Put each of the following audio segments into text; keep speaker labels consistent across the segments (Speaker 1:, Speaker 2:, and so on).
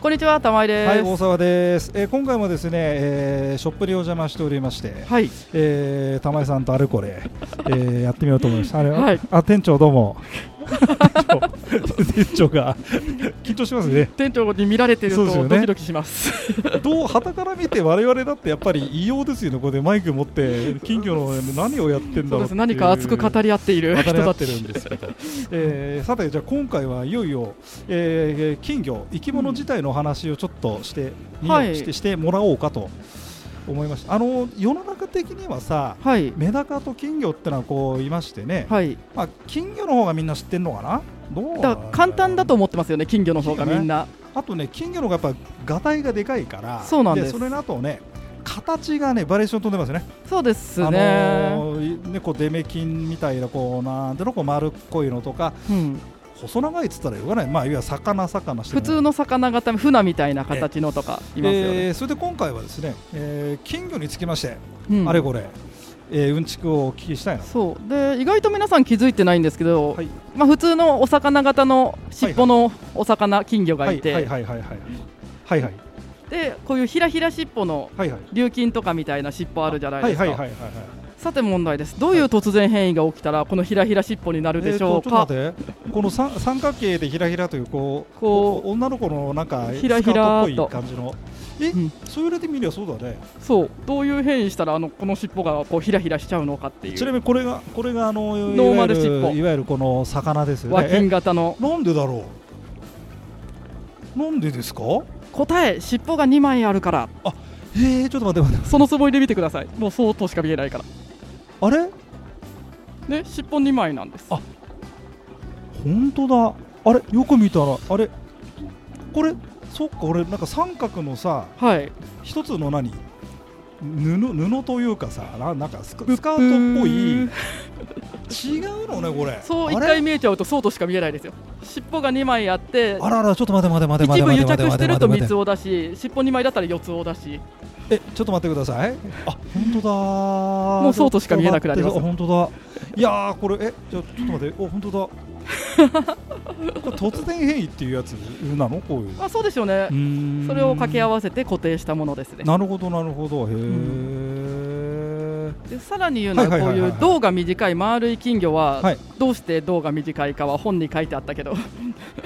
Speaker 1: こんにちは、玉井です。
Speaker 2: はい、大沢です。えー今回もですね、えーショップにお邪魔しておりまして、
Speaker 1: はい
Speaker 2: えー玉井さんとあれこれ、えーやってみようと思いました。あれ、
Speaker 1: はい
Speaker 2: あ、店長どうも。 店長店長が緊張しますね。
Speaker 1: 店長に見られてると
Speaker 2: そうですよね
Speaker 1: ドキドキします。
Speaker 2: どう旗から見て我々だってやっぱり異様ですよね。ここでマイク持って金魚の何をやってんだ
Speaker 1: そう
Speaker 2: ろう
Speaker 1: で
Speaker 2: って
Speaker 1: す
Speaker 2: いう
Speaker 1: 何か熱く語り合っている人
Speaker 2: 語り合
Speaker 1: た
Speaker 2: ってるん
Speaker 1: ち。
Speaker 2: ですけど、えーさてじゃあ今回はいよいよ、えー金魚生き物自体のお話をちょっとして,みよう、
Speaker 1: はい
Speaker 2: してしてもらおうかと思いましたあの世の中的にはさ
Speaker 1: はい、
Speaker 2: メダカと金魚ってのはこういましてね、
Speaker 1: はい、
Speaker 2: まあ、金魚の方がみんな知ってるのかなどう
Speaker 1: だから簡単だと思ってますよね、金魚の方が
Speaker 2: 金魚
Speaker 1: み
Speaker 2: ね
Speaker 1: んな。
Speaker 2: あとね金魚の方がやっぱがたいがでかいから
Speaker 1: そうなんです
Speaker 2: それの後ね形がねバリエーション飛んでますよね
Speaker 1: そうです
Speaker 2: あ
Speaker 1: ね。
Speaker 2: のーねこうデメキンみたいなこうなんていうのこう丸っこいのとか
Speaker 1: うん
Speaker 2: 細長いっつったらよくない、まあ、いわゆる魚魚して
Speaker 1: 普通
Speaker 2: の
Speaker 1: の魚型、船みたいな形のとかいますよね。
Speaker 2: えーそれで今回はですね、えー金魚につきまして、
Speaker 1: うん
Speaker 2: あれこれ、えーうんちくをお聞きしたいなと
Speaker 1: そうで意外と皆さん気づいてないんですけど、
Speaker 2: はい
Speaker 1: まあ、普通のお魚型の尻尾のお魚、金魚が
Speaker 2: はいい
Speaker 1: て、
Speaker 2: はいはいはいはいはいはい
Speaker 1: でこういうひらひら尻尾の
Speaker 2: はいはい
Speaker 1: 琉金とかみたいな尻尾あるじゃない
Speaker 2: は
Speaker 1: で
Speaker 2: い
Speaker 1: すか、
Speaker 2: はいはいはいはい
Speaker 1: さて問題ですどういう突然変異が起きたらこのひらひら尻尾になるでしょう
Speaker 2: えーとちょ
Speaker 1: か
Speaker 2: っ、と待ってこの三三角形でひらひらというこう
Speaker 1: こう
Speaker 2: お女の子のなんか
Speaker 1: ひらひらと
Speaker 2: スカートっぽい感じのえ、
Speaker 1: うん
Speaker 2: そう言われてみりゃそうだね
Speaker 1: そうどういう変異したらあのこの尻尾がこうひらひらしちゃうのかってい
Speaker 2: ちな
Speaker 1: う
Speaker 2: みにこれがこれがあのい
Speaker 1: ノーマ
Speaker 2: わゆ
Speaker 1: ル
Speaker 2: る
Speaker 1: 尻尾
Speaker 2: いわゆるこの魚ですよ
Speaker 1: 和
Speaker 2: ねえ
Speaker 1: 金型の
Speaker 2: なんでだろうなんでですか
Speaker 1: 答え尻尾が2枚あるから
Speaker 2: えー、ちょっと待って待って
Speaker 1: そのつもりで見てくださいもうそうとしか見えないから
Speaker 2: あれ
Speaker 1: ね尻尾2枚なんです
Speaker 2: あ本当だあれよく見たらあれこれそっか俺なんか三角のさ
Speaker 1: はい
Speaker 2: 一つの何布布というかさななんかスカ
Speaker 1: ブッブー
Speaker 2: スカートっぽい違うのねこれ
Speaker 1: そう
Speaker 2: あ
Speaker 1: 1
Speaker 2: れ
Speaker 1: 回見えちゃうとそうとしか見えないですよ尻尾が2枚あって
Speaker 2: あらあらちょっと待って待って
Speaker 1: 一
Speaker 2: 待って
Speaker 1: 部
Speaker 2: 待
Speaker 1: 癒
Speaker 2: っ
Speaker 1: 着
Speaker 2: て待
Speaker 1: し
Speaker 2: っ
Speaker 1: てて
Speaker 2: 待
Speaker 1: る
Speaker 2: って
Speaker 1: と三
Speaker 2: 待って
Speaker 1: つおだし尻尾2枚だったら四つおだし
Speaker 2: えちょっと待ってくださいあ本当だ
Speaker 1: もうそうとしか見えなくなります
Speaker 2: ちょっと待ってあ本当だいやーこれえじゃあちょっと待ってお本当 だこれ突然変異っていうやつなのこういう
Speaker 1: まあそうですよね
Speaker 2: うーん
Speaker 1: それを掛け合わせて固定したものですね
Speaker 2: なるほどなるほどへえ、
Speaker 1: でさらに言うの
Speaker 2: は
Speaker 1: はい
Speaker 2: はい
Speaker 1: こ
Speaker 2: は
Speaker 1: う
Speaker 2: いはい
Speaker 1: いう銅が短い丸い金魚
Speaker 2: は
Speaker 1: はいどうして銅が短いかは本に書いてあったけど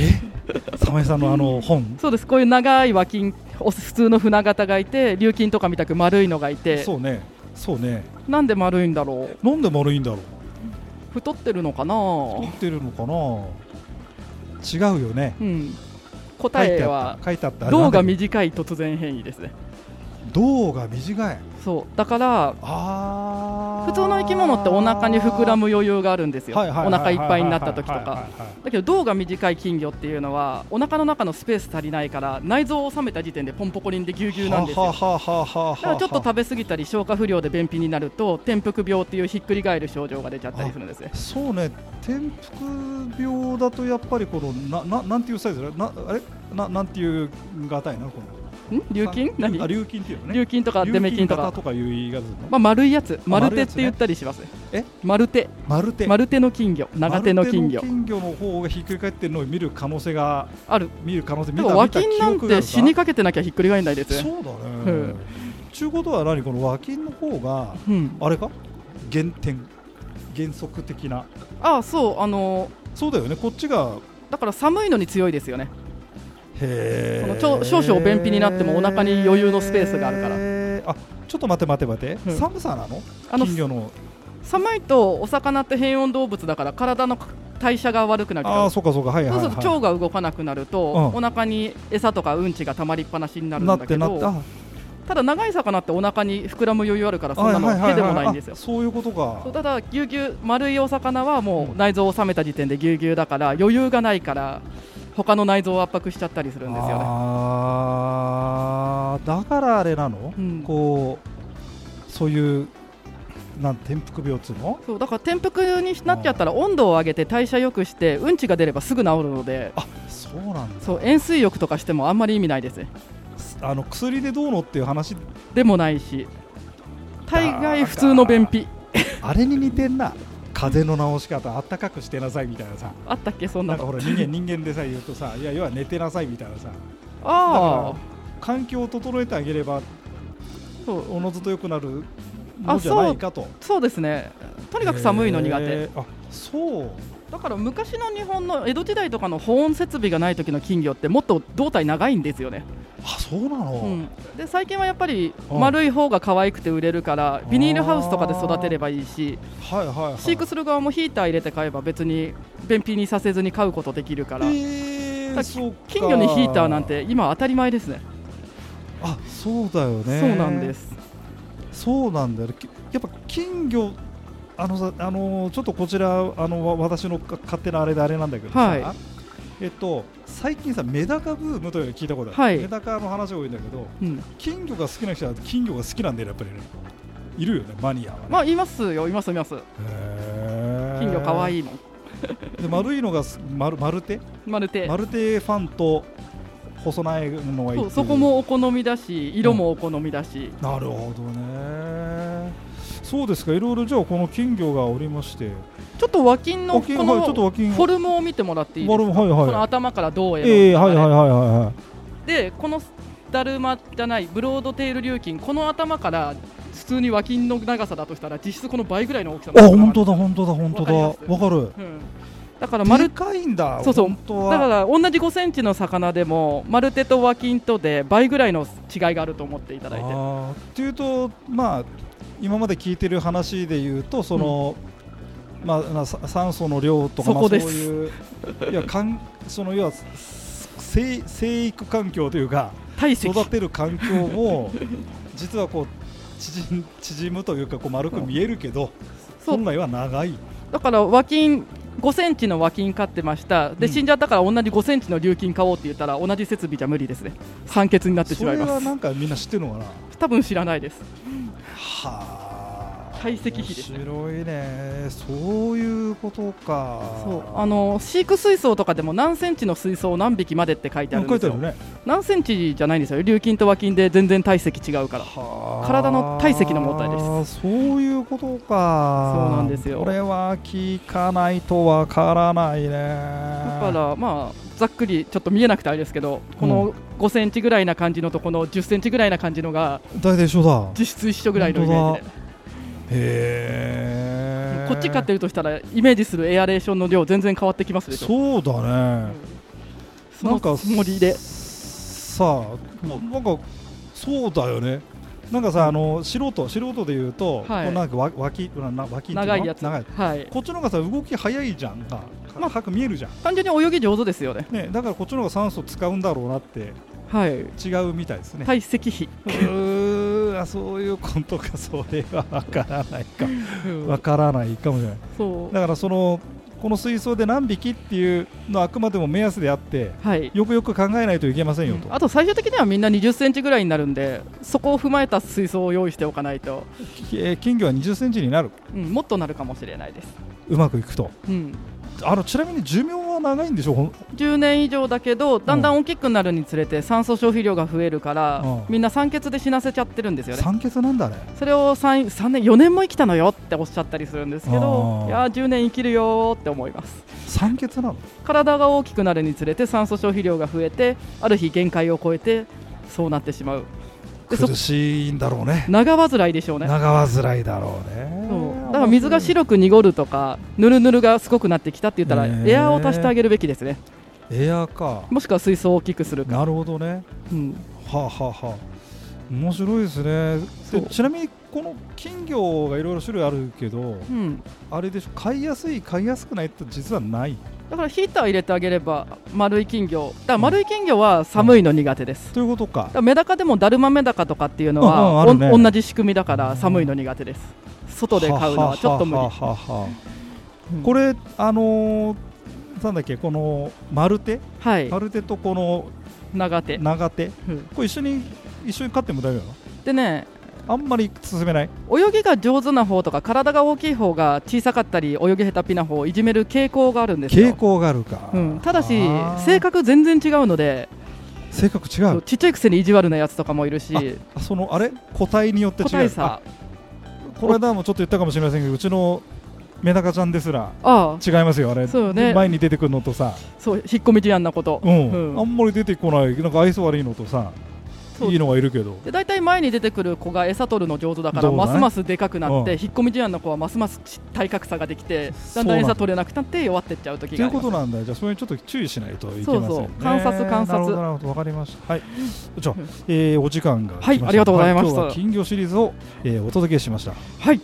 Speaker 2: サメさんのあの本
Speaker 1: そうですこういう長い和金お普通の船型がいて琉金とかみたく丸いのがいて
Speaker 2: そうねそうね
Speaker 1: なんで丸いんだろう
Speaker 2: なんで丸いんだろう
Speaker 1: 太ってるのか
Speaker 2: 撮
Speaker 1: な
Speaker 2: ってるのかな違うよね
Speaker 1: うん
Speaker 2: 書い
Speaker 1: 答
Speaker 2: て
Speaker 1: え
Speaker 2: あっ
Speaker 1: は
Speaker 2: た書いてあった
Speaker 1: 銅が
Speaker 2: なんだっ
Speaker 1: 短い突然変異ですね
Speaker 2: け銅が短い
Speaker 1: そうだから
Speaker 2: あー
Speaker 1: 普通の生き物ってお腹に膨らむ余裕があるんですよお
Speaker 2: はいはいはいはい
Speaker 1: 腹いっぱいになった時と
Speaker 2: はいはい
Speaker 1: か
Speaker 2: はいはい
Speaker 1: だけど銅が短い金魚っていうのはお腹の中のスペース足りないから内臓を収めた時点でポンポコリンでぎゅうぎゅうなんです
Speaker 2: は
Speaker 1: よ
Speaker 2: はははは
Speaker 1: だからちょっと食べ過ぎたり消化不良で便秘になると転覆病っていうひっくり返る症状が出ちゃったりするんですね
Speaker 2: そうね転覆病だとやっぱりこのなななんていうサイズだなあれななんていうがたいなこの
Speaker 1: ん琉金何
Speaker 2: あ、流金っていうのね。
Speaker 1: 琉金とかデメ金と
Speaker 2: 流金型
Speaker 1: か
Speaker 2: とかいう言い方するの。
Speaker 1: まあ丸いやつ丸手
Speaker 2: 丸い
Speaker 1: っ
Speaker 2: やつ
Speaker 1: て
Speaker 2: ね
Speaker 1: 言ったりしますね
Speaker 2: え
Speaker 1: 丸手
Speaker 2: 丸手。
Speaker 1: 丸手の金魚長手の金魚
Speaker 2: 丸手の金魚の方がひっくり返ってるのを見る可能性が
Speaker 1: ある
Speaker 2: 見る可能性見
Speaker 1: で
Speaker 2: た
Speaker 1: も和金なん
Speaker 2: 見た記憶があ
Speaker 1: て
Speaker 2: る
Speaker 1: 死にかけてなきゃひっくり返んないですね
Speaker 2: そうだね。
Speaker 1: うん
Speaker 2: ちゅうことは何この和金の方が
Speaker 1: うん
Speaker 2: あれか原点原則的な
Speaker 1: ああそうあの
Speaker 2: そうだよねこっちが
Speaker 1: だから寒いのに強いですよね
Speaker 2: へ
Speaker 1: この
Speaker 2: ー
Speaker 1: ちょ少々便秘になってもお腹に余裕のスペースがあるから
Speaker 2: あちょっと待って待って待って、
Speaker 1: うん
Speaker 2: 寒さなの
Speaker 1: あの
Speaker 2: 金魚の
Speaker 1: 寒いとお魚って変温動物だから体の代謝が悪くなるじゃん
Speaker 2: ああそうかそうかはい
Speaker 1: そ
Speaker 2: はい、
Speaker 1: う
Speaker 2: はい、
Speaker 1: すると腸が動かなくなると、
Speaker 2: うん
Speaker 1: お腹に餌とかうんちが溜まりっぱなしになるん
Speaker 2: なっ
Speaker 1: だ
Speaker 2: て
Speaker 1: け
Speaker 2: なって
Speaker 1: ど
Speaker 2: あ
Speaker 1: ただ長い魚ってお腹に膨らむ余裕あるからそんな
Speaker 2: はい
Speaker 1: の
Speaker 2: はい
Speaker 1: 手
Speaker 2: はい
Speaker 1: で
Speaker 2: はい
Speaker 1: もないんですよ
Speaker 2: あ。そういうこ
Speaker 1: そ
Speaker 2: と
Speaker 1: う
Speaker 2: か
Speaker 1: ただぎゅうぎゅう丸いお魚はも
Speaker 2: う
Speaker 1: うん内臓を収めた時点でぎゅうぎゅうだから余裕がないから他の内臓を圧迫しちゃったりするんですよね。
Speaker 2: あーだからあれなの、
Speaker 1: うん
Speaker 2: こうそういうなん転覆病っつうの
Speaker 1: そうだから転覆になっちゃったら温度を上げて代謝良くしてうんちが出ればすぐ治るので
Speaker 2: あそうなんだ
Speaker 1: そう塩水浴とかしてもあんまり意味ないですね
Speaker 2: あの薬でどうのっていう話
Speaker 1: でもないし大概普通の便秘
Speaker 2: あれに似てんな風邪の治し方あったかくしてなさいみたいなさ
Speaker 1: あったっけそんなん
Speaker 2: なか
Speaker 1: の
Speaker 2: ほら人間人間でさ言うとさいや要は寝てなさいみたいなさ
Speaker 1: ああ
Speaker 2: 環境を整えてあげれば
Speaker 1: そう
Speaker 2: おのずと良くなるの
Speaker 1: あ
Speaker 2: じゃないかと
Speaker 1: そうですねとにかく寒いの苦
Speaker 2: へ
Speaker 1: 手
Speaker 2: ーあそう
Speaker 1: だから昔の日本の江戸時代とかの保温設備がない時の金魚ってもっと胴体長いんですよね、
Speaker 2: あそうなの、
Speaker 1: うん、で最近はやっぱり
Speaker 2: うん
Speaker 1: 丸い方が可愛くて売れるからビニールハウスとかで育てればいいし
Speaker 2: はいはい、はい、
Speaker 1: 飼育する側もヒーター入れて買えば別に便秘にさせずに飼うことできるから、
Speaker 2: えー、
Speaker 1: だから
Speaker 2: そうか
Speaker 1: 金魚にヒーターなんて今当たり前ですね
Speaker 2: あそうだよね
Speaker 1: そうなんです
Speaker 2: そうなんだよねきやっぱ金魚あのさあのーちょっとこちらあのわ私のか勝手なあれであれなんだけどさ、
Speaker 1: はい
Speaker 2: えっと最近さメダカブームというのを聞いたことある、
Speaker 1: はい
Speaker 2: メダカの話が多いんだけど
Speaker 1: うん、
Speaker 2: 金魚が好きな人は金魚が好きなんだよねやっぱりねいるよねマニアはね、
Speaker 1: まあいますよいますいます金魚可
Speaker 2: い
Speaker 1: 愛いもん
Speaker 2: で丸いのがす丸丸手
Speaker 1: まるで
Speaker 2: 丸手ファンと細長いのがいい
Speaker 1: そ
Speaker 2: っていう
Speaker 1: うそこもお好みだし色もお好みだし、
Speaker 2: なるほどねそうですかいろいろじゃあこの金魚がおりまして
Speaker 1: ちょっと脇の
Speaker 2: 脇
Speaker 1: こ
Speaker 2: 金はいちょっと
Speaker 1: の
Speaker 2: 脇金
Speaker 1: フォルムを見てもらっていいです
Speaker 2: 丸
Speaker 1: か
Speaker 2: もは
Speaker 1: こ
Speaker 2: い
Speaker 1: の
Speaker 2: は
Speaker 1: 頭から胴へ
Speaker 2: い
Speaker 1: の、
Speaker 2: ええはいはいはいはいはい
Speaker 1: でこのだるまじゃないブロードテール琉金この頭から普通に脇の長さだとしたら実質この倍ぐらいの大きさの
Speaker 2: あ
Speaker 1: 頭なん
Speaker 2: 本
Speaker 1: で
Speaker 2: 当だ本当だ本当だ
Speaker 1: わ
Speaker 2: わ
Speaker 1: かり
Speaker 2: かる
Speaker 1: す、うん、だから丸
Speaker 2: 丸かいんだ
Speaker 1: そうそう
Speaker 2: 本当は
Speaker 1: だから同じ5センチの魚でも丸手と和金とで倍ぐらいの違いがあると思っていただいて
Speaker 2: あーっていうとまあ今まで聞いてる話で言うとその、まあなさ酸素の量とか
Speaker 1: そこです
Speaker 2: まあ、そういういやかんその要はす生生育環境というか
Speaker 1: 体積
Speaker 2: 育てる環境も実はこう縮ん縮むというかこう丸く見えるけど
Speaker 1: そう
Speaker 2: 本来は長い
Speaker 1: だから和金5センチの和金買ってましたで、
Speaker 2: うん
Speaker 1: 死んじゃったから同じ5センチの琉金買おうって言ったら同じ設備じゃ無理ですね酸欠になってし
Speaker 2: そ
Speaker 1: まい
Speaker 2: れは
Speaker 1: ます
Speaker 2: なんかみんな知ってるのかなは
Speaker 1: 多分知らないです
Speaker 2: あ
Speaker 1: 堆積比ですね
Speaker 2: 面白いねそういうことか
Speaker 1: そうあの飼育水槽とかでも何センチの水槽を何匹までって書いてあ
Speaker 2: う
Speaker 1: る
Speaker 2: ん
Speaker 1: んで
Speaker 2: 書い
Speaker 1: す
Speaker 2: てあ
Speaker 1: よ、
Speaker 2: るね
Speaker 1: 何センチじゃないんですよ琉金と和金で全然体積違うから体
Speaker 2: 体
Speaker 1: の体積の問題です
Speaker 2: そういうことか
Speaker 1: そうなんですよ
Speaker 2: これは聞かないとわからないね
Speaker 1: だ
Speaker 2: だ
Speaker 1: からまあざっくりちょっと見えなくてあれですけどこの5センチぐらいな感じのとこの10センチぐらいな感じのが
Speaker 2: 大体一緒だ
Speaker 1: 実質一緒ぐらいのイメージで
Speaker 2: へえ
Speaker 1: こっち買ってるとしたらイメージするエアレーションの量全然変わってきますでしょ
Speaker 2: そうだね、
Speaker 1: そのつもりで
Speaker 2: さあもうなんかそうだよねなんかさあの素人素人で言うと、
Speaker 1: はい
Speaker 2: こうなんかわ脇なな脇ってうの
Speaker 1: 長いやつ
Speaker 2: 長い
Speaker 1: はい
Speaker 2: こっちの方がさ動き早いじゃんか、ま
Speaker 1: ま
Speaker 2: あ、
Speaker 1: あ
Speaker 2: かく見えるじゃん
Speaker 1: 単純に泳ぎ上手ですよね
Speaker 2: ねだからこっちの方が酸素使うんだろうなって
Speaker 1: はい
Speaker 2: 違うみたいですね、
Speaker 1: 体積比
Speaker 2: うーあそういうことかそれはわからな いか
Speaker 1: うん
Speaker 2: わからないかもしれない
Speaker 1: そう
Speaker 2: だからそのこの水槽で何匹っていうのはあくまでも目安であって
Speaker 1: はい
Speaker 2: よくよく考えないといけませんよと、
Speaker 1: あと最終的にはみんな20センチぐらいになるんでそこを踏まえた水槽を用意しておかないと、
Speaker 2: えー金魚は2 0ンチになる
Speaker 1: うん、もっとなるかもしれないです、
Speaker 2: うまくいくと
Speaker 1: うん、
Speaker 2: あのちなみに寿命は長いんでしょほん
Speaker 1: 10年以上だけどだんだん大きくなるにつれて酸素消費量が増えるから、
Speaker 2: うん
Speaker 1: みんな酸欠で死なせちゃってるんですよね
Speaker 2: 酸欠なんだね
Speaker 1: それを 3, 3年4年も生きたのよっておっしゃったりするんですけ
Speaker 2: あ
Speaker 1: ど
Speaker 2: ー
Speaker 1: いやー10年生きるよーって思います
Speaker 2: 酸欠なの
Speaker 1: 体が大きくなるにつれて酸素消費量が増えてある日限界を超えてそうなってしまうでそ
Speaker 2: 苦しいんだろうね
Speaker 1: 長煩いでしょうね
Speaker 2: 長患いだろう
Speaker 1: そう
Speaker 2: ね
Speaker 1: だから水が白く濁るとかぬるぬるがすごくなってきたって言ったら
Speaker 2: ねえ
Speaker 1: エアーを足してあげるべきですね
Speaker 2: エアーか
Speaker 1: もしくは水槽を大きくするか、
Speaker 2: なるほどね
Speaker 1: うん、
Speaker 2: はあ、はあはあ、面白いですね
Speaker 1: そ
Speaker 2: で
Speaker 1: う
Speaker 2: ちなみにこの金魚がいろいろ種類あるけど
Speaker 1: うん、
Speaker 2: あれでしょ買いやすい買いやすくないって実はない
Speaker 1: だからヒーター入れてあげれば丸い金魚だから丸い金魚は寒いの苦手です、
Speaker 2: ということか
Speaker 1: だからメダカでもだるまメダカとかっていうの
Speaker 2: うんうん
Speaker 1: は、
Speaker 2: あるね
Speaker 1: お同じ仕組みだから寒いの苦手です外で買うのはちょっと無理
Speaker 2: ははははは
Speaker 1: うん
Speaker 2: これあのーなんだっけこの丸手
Speaker 1: はい
Speaker 2: 丸手とこの
Speaker 1: 長手、
Speaker 2: 長手
Speaker 1: うん
Speaker 2: これ一緒に一緒に飼っても大丈夫な
Speaker 1: でね
Speaker 2: のあんまり進めない
Speaker 1: 泳ぎが上手な方とか体が大きい方が小さかったり泳ぎ下手ぴな方をいじめる傾向があるんですよ
Speaker 2: 傾向があるか、
Speaker 1: うん、ただし
Speaker 2: あー
Speaker 1: 性格全然違うので
Speaker 2: 性格違
Speaker 1: そううちっちゃいくせに意地悪なやつとかもいるし
Speaker 2: あそのあれ個体によって違う
Speaker 1: 個体
Speaker 2: あ
Speaker 1: 差
Speaker 2: この間もちょっと言ったかもしれませんけどうちのメダカちゃんですら
Speaker 1: ああ
Speaker 2: 違いますよあれ
Speaker 1: そうね
Speaker 2: 前に出てくるのとさ、
Speaker 1: そう引っ込み思案なこと、
Speaker 2: うん
Speaker 1: うん
Speaker 2: あんまり出てこないなんか愛想悪いのとさ
Speaker 1: そう
Speaker 2: いいのがいるけど
Speaker 1: で大体前に出てくる子が餌取るの上手だから
Speaker 2: どうだ
Speaker 1: ま
Speaker 2: ね
Speaker 1: すますでかくなって、
Speaker 2: うん
Speaker 1: 引っ込み思案の子はますますち体格差ができて
Speaker 2: そ
Speaker 1: だ
Speaker 2: うんな
Speaker 1: だん
Speaker 2: んだ
Speaker 1: 餌取れなくなって弱ってっちゃう時
Speaker 2: とい
Speaker 1: があ
Speaker 2: う
Speaker 1: りま
Speaker 2: こ
Speaker 1: す
Speaker 2: となんだじゃあそれにちょっと注意しないといけませんね
Speaker 1: そうそう観察観察
Speaker 2: なるほどなるほどわかりましたはいじゃあ、えーお時間が来ました
Speaker 1: はいありがとうございました
Speaker 2: 今日は金魚シリーズを、えーお届けしました
Speaker 1: はい